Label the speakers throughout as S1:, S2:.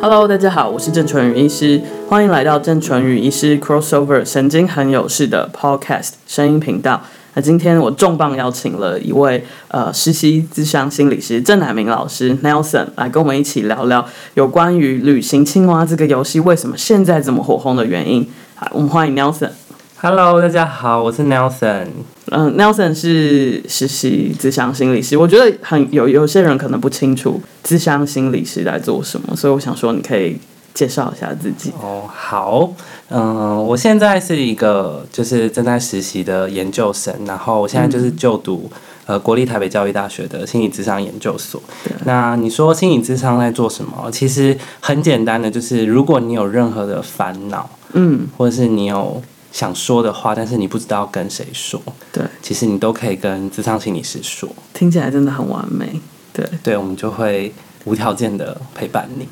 S1: Hello，大家好，我是郑纯宇医师，欢迎来到郑纯宇医师 Crossover 神经很有事的 Podcast 声音频道。那今天我重磅邀请了一位呃实习咨商心理师郑乃明老师 Nelson 来跟我们一起聊聊有关于旅行青蛙这个游戏为什么现在这么火红的原因。好，我们欢迎 Nelson。
S2: Hello，大家好，我是 Nelson。
S1: 嗯，Nelson 是实习咨商心理师，我觉得很有有些人可能不清楚咨商心理师在做什么，所以我想说你可以介绍一下自己。
S2: 哦，好，嗯，我现在是一个就是正在实习的研究生，然后我现在就是就读、呃国立台北教育大学的心理智商研究所。那你说心理智商在做什么？其实很简单的，就是如果你有任何的烦恼，
S1: 嗯，
S2: 或者是你有想说的话，但是你不知道跟谁说，
S1: 对，
S2: 其实你都可以跟智商心理师说，
S1: 听起来真的很完美， 对，
S2: 对我们就会无条件的陪伴你。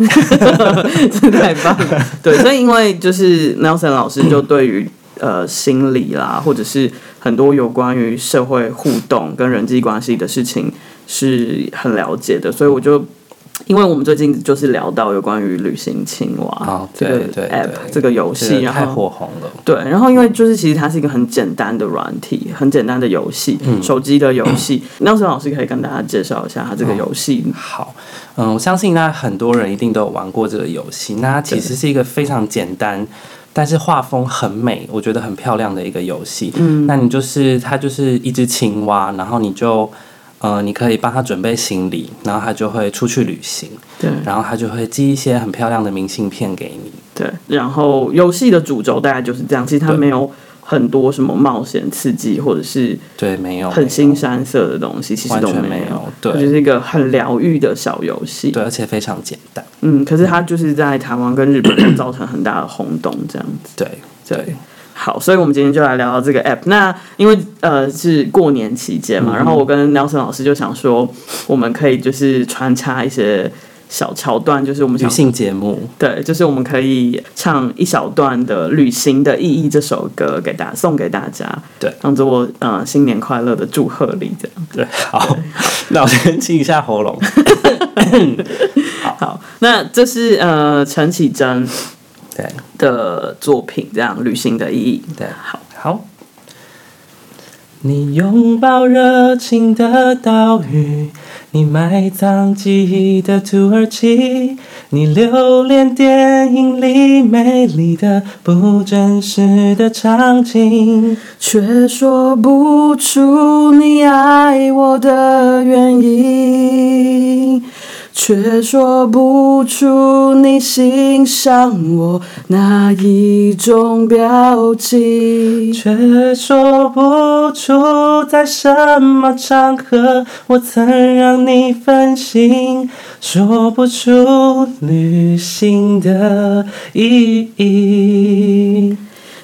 S1: 真的太棒 了。对，所以因为就是 Nelson 老师就对于呃心理啦，或者是很多有关于社会互动跟人际关系的事情是很了解的，所以我就。因为我们最近就是聊到有关于旅行青蛙、
S2: 哦
S1: 这个
S2: 对对
S1: app
S2: 对
S1: 这个游戏，
S2: 这个
S1: 然
S2: 太
S1: 后
S2: 火红了。
S1: 对，然后因为就是其实它是一个很简单的软体，很简单的游戏，
S2: 嗯
S1: 手机的游戏。Nelson 老师可以跟大家介绍一下它这个游戏。
S2: 好，嗯，我相信那很多人一定都有玩过这个游戏。那它其实是一个非常简单，但是画风很美，我觉得很漂亮的一个游戏。嗯，那你就是它就是一只青蛙，然后你就。呃，你可以帮它准备行李，然后它就会出去旅行，
S1: 对
S2: 然后它就会寄一些很漂亮的明信片给你。
S1: 对，然后游戏的主轴大概就是这样，其实它没有很多什么冒险、刺激或者是
S2: 对，没有
S1: 很新山色的东西，其实
S2: 完
S1: 都
S2: 全
S1: 没
S2: 没有对
S1: 它就是一个很疗愈的小游戏。
S2: 对，而且非常简单。
S1: 嗯，可是它就是在台湾跟日本就造成很大的轰动，这样子。
S2: 对
S1: 对，好，所以我们今天就来聊聊这个 app。那因为呃是过年期间
S2: 嗯
S1: 嘛，然后我跟 Nelson 老师就想说，我们可以就是穿插一些小桥段，就是我们
S2: 女
S1: 想
S2: 性节目，
S1: 对，就是我们可以唱一小段的《旅行的意义》这首歌给大送给大家，
S2: 对，
S1: 当做呃新年快乐的祝贺礼这样。
S2: 对，好， 那我先清一下喉咙。
S1: 好，那这是呃陈绮贞
S2: 对
S1: 的作品，这样《旅行的意义》。
S2: 对，
S1: 好，
S2: 好。你拥抱热情的岛屿，你埋葬记忆的土耳其，你留恋电影里美丽的不真实的场景。
S1: 却说不出你爱我的原因，却说不出你欣赏我哪一种表情。
S2: 却说不出在什么场合我曾让你分心，说不出旅行的意义。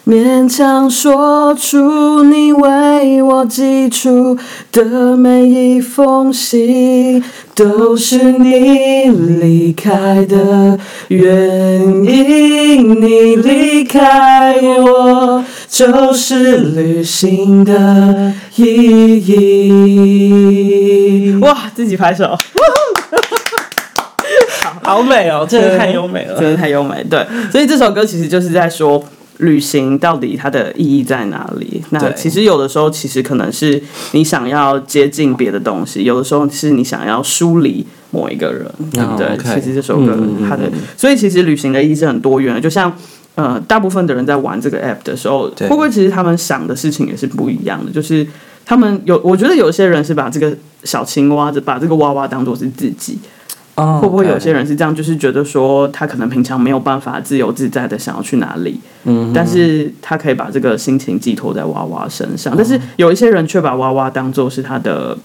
S1: 勉强说出你为我寄出的每一封信，都是你离开的原因。你离开我，就是旅行的意义。
S2: 嗯
S1: 哇，自己拍手。
S2: 好美哦，真的太优美了。
S1: 真的太优美。 对，所以这首歌其实就是在说旅行到底它的意义在哪里。那
S2: 对
S1: 其实有的时候，其实可能是你想要接近别的东西，有的时候是你想要疏离某一个人，对不对
S2: 哦
S1: 其
S2: OK
S1: 实这首歌
S2: 嗯嗯嗯
S1: 它的，
S2: 嗯
S1: 所以其实旅行的意义是很多元的，就像。呃，大部分的人在玩这个 app 的时候，会
S2: 对
S1: 不会其实他们想的事情也是不一样的？就是他们有，我觉得有些人是把这个小青蛙，把这个娃娃当做是自己，会
S2: 会哦
S1: 不会有些人是这样，就是觉得说他可能平常没有办法自由自在的想要去哪里，
S2: 嗯
S1: 但是他可以把这个心情寄托在娃娃身
S2: 嗯
S1: 上，但是有一些人却把娃娃当做是他的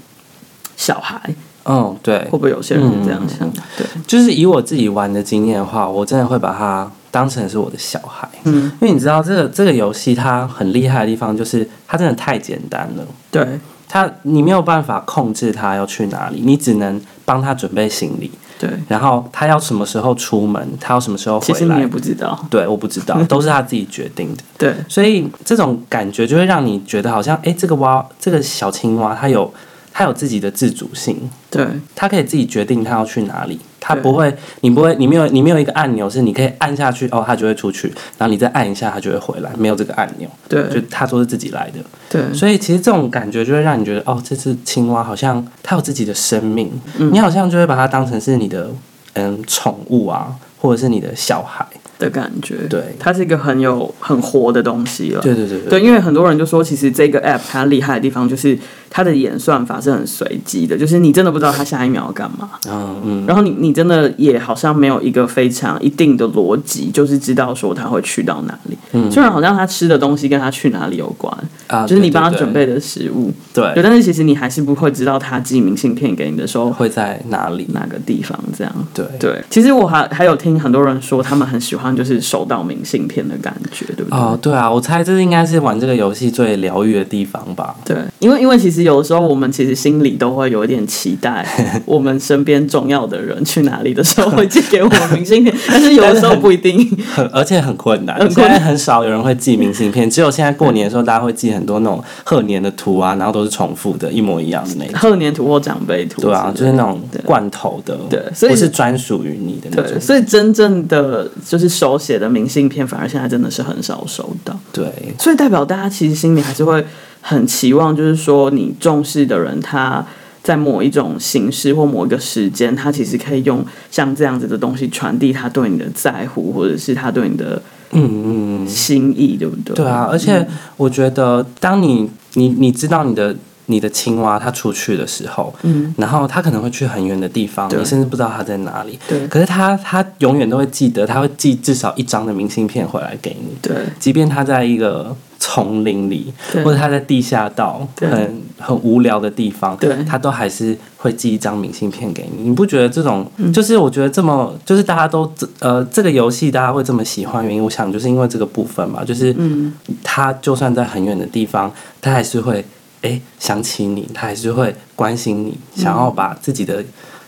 S1: 小孩，
S2: 嗯，对
S1: 会，不会有些人是这样
S2: 嗯
S1: 想？对，
S2: 就是以我自己玩的经验的话，我真的会把它当成是我的小孩。
S1: 嗯，
S2: 因为你知道这个这个游戏它很厉害的地方，就是它真的太简单了。
S1: 对，
S2: 它你没有办法控制它要去哪里，你只能帮他准备行李，
S1: 对，
S2: 然后他要什么时候出门，他要什么时候
S1: 其实
S2: 回
S1: 你也
S2: 来。
S1: 不知道，
S2: 对，我不知道， 都是他自己决定的。
S1: 对，
S2: 所以这种感觉就会让你觉得好像，哎、这个蛙，这个小青蛙，它有它有自己的自主性，
S1: 对，
S2: 它可以自己决定它要去哪里，它
S1: 对
S2: 不会，你不会，你没有，你没有一个按钮是你可以按下去哦，它就会出去，然后你再按一下它就会回来，没有这个按钮，就
S1: 对，
S2: 它都是自己来的。
S1: 对，
S2: 所以其实这种感觉就会让你觉得，哦，这只青蛙好像它有自己的生命，
S1: 嗯
S2: 你好像就会把它当成是你的嗯宠物啊，或者是你的小孩。
S1: 的感觉，
S2: 对
S1: 它是一个很有很活的东西了。
S2: 对对对对
S1: 对，因为很多人就说，其实这个 app 它厉害的地方就是它的演算法是很随机的，就是你真的不知道它下一秒要干嘛，
S2: 嗯嗯，
S1: 然后你你真的也好像没有一个非常一定的逻辑，就是知道说它会去到哪里。嗯，虽然好像它吃的东西跟它去哪里有关，
S2: 啊
S1: 就是你
S2: 对对
S1: 帮它
S2: 对
S1: 准备的食物，对，
S2: 对，
S1: 但是其实你还是不会知道它寄明信片给你的时候
S2: 会在哪里？
S1: 哪个地方这样。
S2: 对
S1: 对，其实我还还有听很多人说，他们很喜欢就是收到明信片的感觉，对不对？
S2: 哦，对啊，我猜这应该是玩这个游戏最疗愈的地方吧。
S1: 对，因为因为其实有的时候我们其实心里都会有一点期待， 我们身边重要的人去哪里的时候会寄给我们明信片，但是有的时候不一定。
S2: 很而且很困难，
S1: 很困
S2: 现
S1: 难
S2: 在很少有人会寄明信片，只有现在过年的时候，大家会寄很多那种贺年的图啊，然后都是重复的，一模一样的 那种。
S1: 贺年图或长辈图之类
S2: 对
S1: 的，
S2: 啊，就是那种罐头的，
S1: 对所以
S2: 不是专属于你的那种
S1: 对，。所以真正的就是手写的明信片，反而现在真的是很少收到，
S2: 对，
S1: 所以代表大家其实心里还是会很期望，就是说你重视的人他。在某一种形式或某一个时间，他其实可以用像这样子的东西传递他对你的在乎，或者是他对你的
S2: 嗯嗯，嗯
S1: 心意，对不对？
S2: 对啊，而且我觉得，当你你你知道你的你的青蛙它出去的时候，
S1: 嗯，
S2: 然后它可能会去很远的地方，
S1: 对
S2: 你甚至不知道它在哪里，
S1: 对
S2: 可是它它永远都会记得，它会寄至少一张的明信片回来给你，
S1: 对
S2: 即便它在一个丛林里，
S1: 对
S2: 或者它在地下道
S1: 对
S2: 很很无聊的地方，
S1: 对
S2: 它都还是会寄一张明信片给你。你不觉得这种、
S1: 嗯
S2: 就是我觉得这么就是大家都这呃这个游戏大家会这么喜欢，原因我想就是因为这个部分吧，就是
S1: 嗯
S2: 它就算在很远的地方，它还是会哎、想起你，它还是会关心你，
S1: 嗯
S2: 想要把自己的。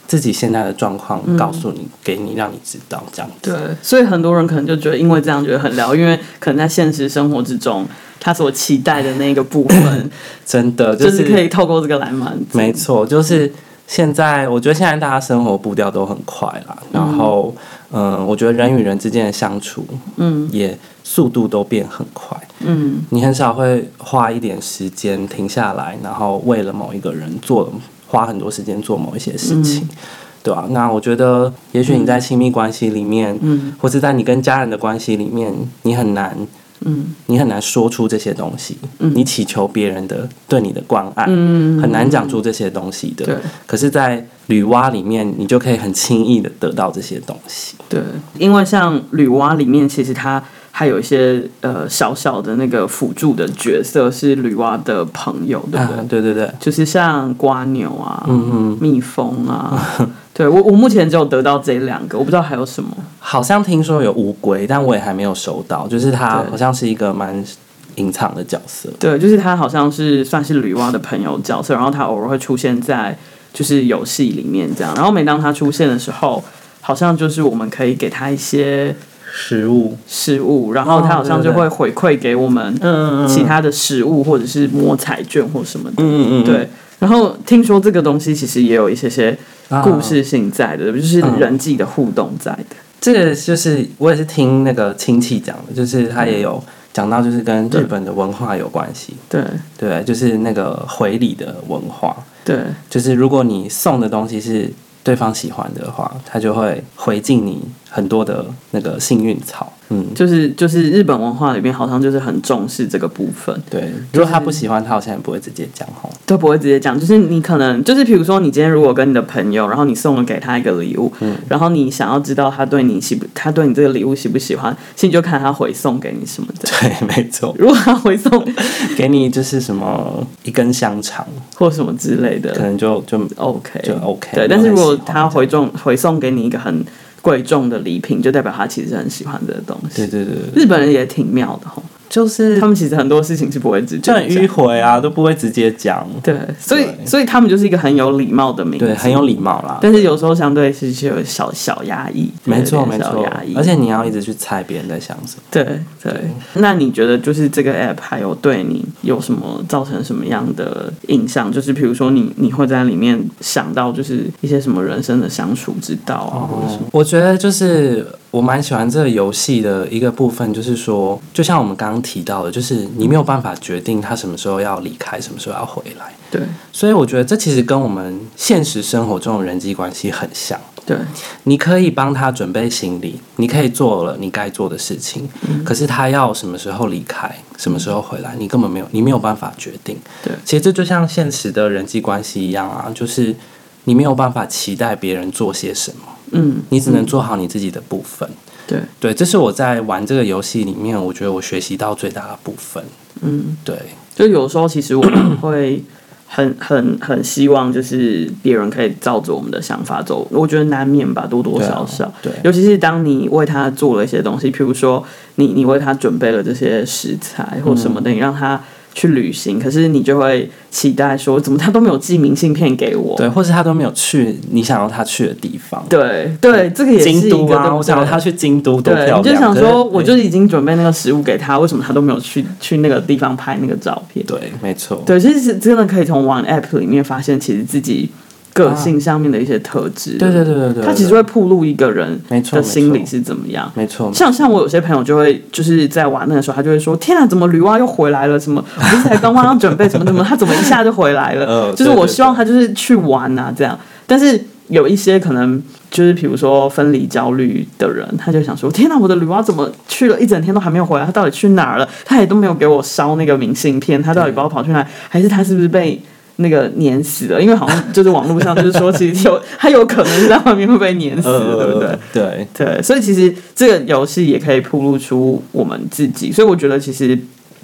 S2: 自己现在的状况告诉你，给你让你知道这样子。
S1: 对，所以很多人可能就觉得，因为这样觉得很聊，因为可能在现实生活之中，他所期待的那个部分，
S2: 真的就
S1: 就是
S2: 是
S1: 可以透过这个来满足。
S2: 没错，就是现在，我觉得现在大家生活步调都很快啦，然后，嗯、我觉得人与人之间的相处，嗯，也速度都变很快，
S1: 嗯，
S2: 你很少会花一点时间停下来，然后为了某一个人做花很多时间做某一些事情。对啊，那我觉得，也许你在亲密关系里面，嗯，或是在你跟家人的关系里面，你很难，嗯，你很难说出这些东西，嗯，你祈求别人的对你的关爱，嗯，很难讲出这些东西的。
S1: 对
S2: 可是，在女娲里面，你就可以很轻易的得到这些东西。
S1: 对，因为像女娲里面，其实她还有一些呃小小的那个辅助的角色是女娲的朋友，对不对？
S2: 啊，对对对，
S1: 就是像瓜牛啊，蜜蜂啊，对我我目前只有得到这两个，我不知道还有什么。
S2: 好像听说有乌龟，但我也还没有收到。就是它
S1: 对
S2: 好像是一个蛮隐藏的角色。
S1: 对，就是他好像是算是女娲的朋友角色，然后他偶尔会出现在就是游戏里面这样，然后每当他出现的时候，好像就是我们可以给他一些
S2: 食物，
S1: 食物，然后
S2: 哦
S1: 他好像就会回馈给我们
S2: 嗯
S1: 其他的食物或者是摸彩券或什么的，
S2: 嗯嗯嗯，
S1: 对。然后听说这个东西其实也有一些些
S2: 啊
S1: 故事性在的，就是
S2: 嗯
S1: 人际的互动在的。
S2: 这个就是我也是听那个亲戚讲的，就是他也有讲到，就是跟日本的文化有关系。
S1: 对
S2: 对，就是那个回礼的文化，
S1: 对
S2: 就是如果你送的东西是对方喜欢的话，他就会回敬你很多的那个幸运草。嗯，
S1: 就是就是日本文化里面好像就是很重视这个部分。
S2: 对。如果他不喜欢，他好像也不会直接讲吼。
S1: 都不会直接讲，就是你可能就是，比如说你今天如果跟你的朋友，然后你送了给他一个礼物，
S2: 嗯
S1: 然后你想要知道他对你喜不，他对你这个礼物喜不喜欢，其实你就看他回送给你什么的。
S2: 对， 没错。
S1: 如果他回送
S2: 给你就是什么一根香肠，
S1: 或什么之类
S2: 可
S1: 的
S2: 能就就
S1: ，OK，
S2: 就 OK
S1: 对，
S2: 没
S1: 但
S2: 有
S1: 是如果
S2: 很喜欢
S1: 他回送回送给你一个很贵重的礼品，就代表他其实很喜欢这个东西。
S2: 对对对对
S1: 日本人也挺妙的吼，
S2: 就是
S1: 他们其实很多事情是不会直接
S2: 就很
S1: 讲
S2: 迂回啊，都不会直接讲，
S1: 对，所以所以他们就是一个很有礼貌的名字，
S2: 对，很有礼貌啦。
S1: 但是有时候相对是是有小小压抑，
S2: 没错
S1: 有
S2: 没
S1: 点小
S2: 错
S1: 压抑，，
S2: 而且你要一直去猜别人在想什么。
S1: 对对。那你觉得就是这个 app 还有对你有什么造成什么样的印象？就是比如说你你会在里面想到就是一些什么人生的相处之道啊，或者什么？
S2: 我觉得就是我蛮喜欢这个游戏的一个部分，就是说，就像我们刚刚提到的，就是你没有办法决定他什么时候要离开，什么时候要回来。
S1: 对
S2: 所以我觉得这其实跟我们现实生活中的人际关系很像。
S1: 对
S2: 你可以帮他准备行李，你可以做了你该做的事情，可是他要什么时候离开，什么时候回来，你根本没有，你没有办法决定。
S1: 对
S2: 其实这就像现实的人际关系一样啊，就是你没有办法期待别人做些什么，
S1: 嗯
S2: 你只能做好你自己的部分。
S1: 对
S2: 对，这是我在玩这个游戏里面，我觉得我学习到最大的部分。
S1: 嗯。
S2: 对，
S1: 就有时候其实我们会很 很很希望，就是别人可以照着我们的想法走。我觉得难免吧，多多少少。
S2: 对啊对
S1: 尤其是当你为他做了一些东西，譬如说你你为他准备了这些食材或什么的，你让他去旅行，可是你就会期待说，怎么他都没有寄明信片给我？
S2: 对，或是他都没有去你想要他去的地方。
S1: 对对，这个也是一个
S2: 京都
S1: 对不
S2: 啊，
S1: 对
S2: 我想要他去京都多漂
S1: 对，
S2: 亮。
S1: 你就想
S2: 可是
S1: 说，我就已经准备那个食物给他，为什么他都没有去去那个地方拍那个照片？
S2: 对，没错。
S1: 对，其实真的可以从玩 App 里面发现，其实自己个性上面的一些特质。
S2: 啊对对对对对，
S1: 它其实会暴露一个人
S2: 没错
S1: 的心
S2: 没
S1: 理
S2: 错
S1: 是怎么样。
S2: 没错，
S1: 像像我有些朋友就会就是在玩那个时候，他就会说：“天啊，怎么驴蛙又回来了？什么 我不是才刚刚要准备什么什么，他怎么一下就回来了？”
S2: 嗯
S1: 就是
S2: 对
S1: 我
S2: 对
S1: 希望
S2: 对
S1: 他就是去玩啊，这样。但是有一些可能就是比如说分离焦虑的人，他就想说：“天啊哪，我的驴蛙怎么去了一整天都还没有回来？他到底去哪儿了？他也都没有给我烧那个明信片，他到底把我跑去哪里？还是他是不是被？”那个碾死了，因为好像就是网络上就是说，其实有 他有可能是在外面会被碾死，对不对？
S2: 呃对
S1: 对，所以其实这个游戏也可以铺露出我们自己，所以我觉得其实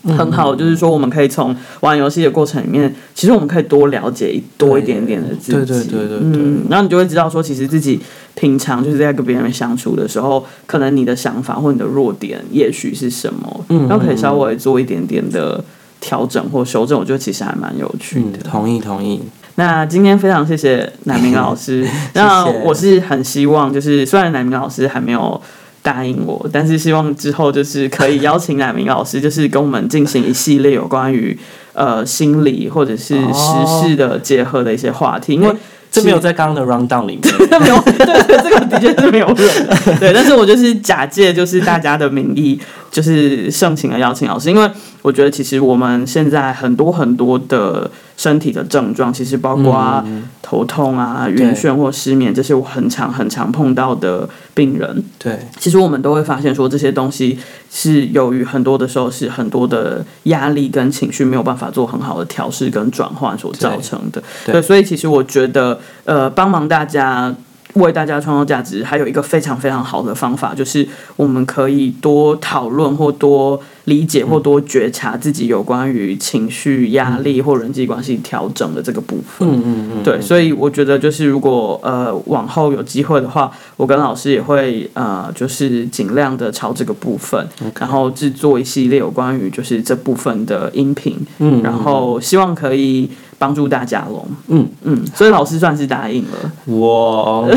S1: 很
S2: 嗯
S1: 好，就是说我们可以从玩游戏的过程里面，其实我们可以多了解多一点点的自己，
S2: 对对对对对
S1: 嗯，然后你就会知道说，其实自己平常就是在跟别人相处的时候，可能你的想法或你的弱点，也许是什么，嗯，然后可以稍微做一点点的调整或修正，我觉得其实还蛮有趣的。
S2: 嗯，同意同意，
S1: 那今天非常谢谢乃明老师。那我是很希望，就是虽然乃明老师还没有答应我，但是希望之后就是可以邀请乃明老师，就是跟我们进行一系列有关于呃心理或者是时事的结合的一些话题，因为
S2: 诶。这没有在刚刚的 round down 里面，
S1: 这没有，对，这个的确是没有人。对，但是我就是假借就是大家的名义，就是盛情的邀请老师，因为我觉得其实我们现在很多很多的身体的症状，其实包括头痛啊、晕眩或失眠这些，我很常很常碰到的病人，
S2: 对
S1: 其实我们都会发现说这些东西是由于很多的时候是很多的压力跟情绪没有办法做很好的调试跟转换所造成的。
S2: 对
S1: 对，所以其实我觉得，呃，帮忙大家。为大家创造价值，还有一个非常非常好的方法，就是我们可以多讨论或多理解或多觉察自己有关于情绪、压力或人际关系调整的这个部分。
S2: 嗯嗯嗯，
S1: 对，所以我觉得就是如果呃往后有机会的话，我跟老师也会呃就是尽量的朝这个部分然后制作一系列有关于就是这部分的音频，
S2: 嗯
S1: 然后希望可以帮助大家喽。
S2: 嗯
S1: 嗯，所以老师算是答应了，
S2: 我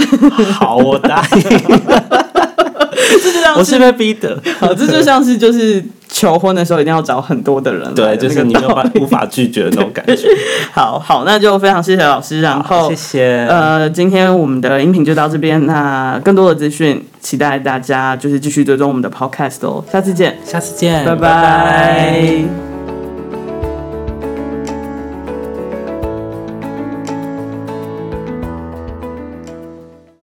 S2: 好，我答 应，
S1: 这就像
S2: 我是被逼的，
S1: 好，这就像是就是求婚的时候一定要找很多的人来的那
S2: 对，
S1: 个道理，
S2: 就是你没有办无法拒绝的那种 感觉，
S1: 好好，那就非常谢谢老师，然后
S2: 谢谢，
S1: 呃，今天我们的音频就到这边。那更多的资讯，期
S2: 嗯
S1: 待大家就是继续追踪我们的 podcast 哦。下次见，
S2: 下次见，
S1: 拜拜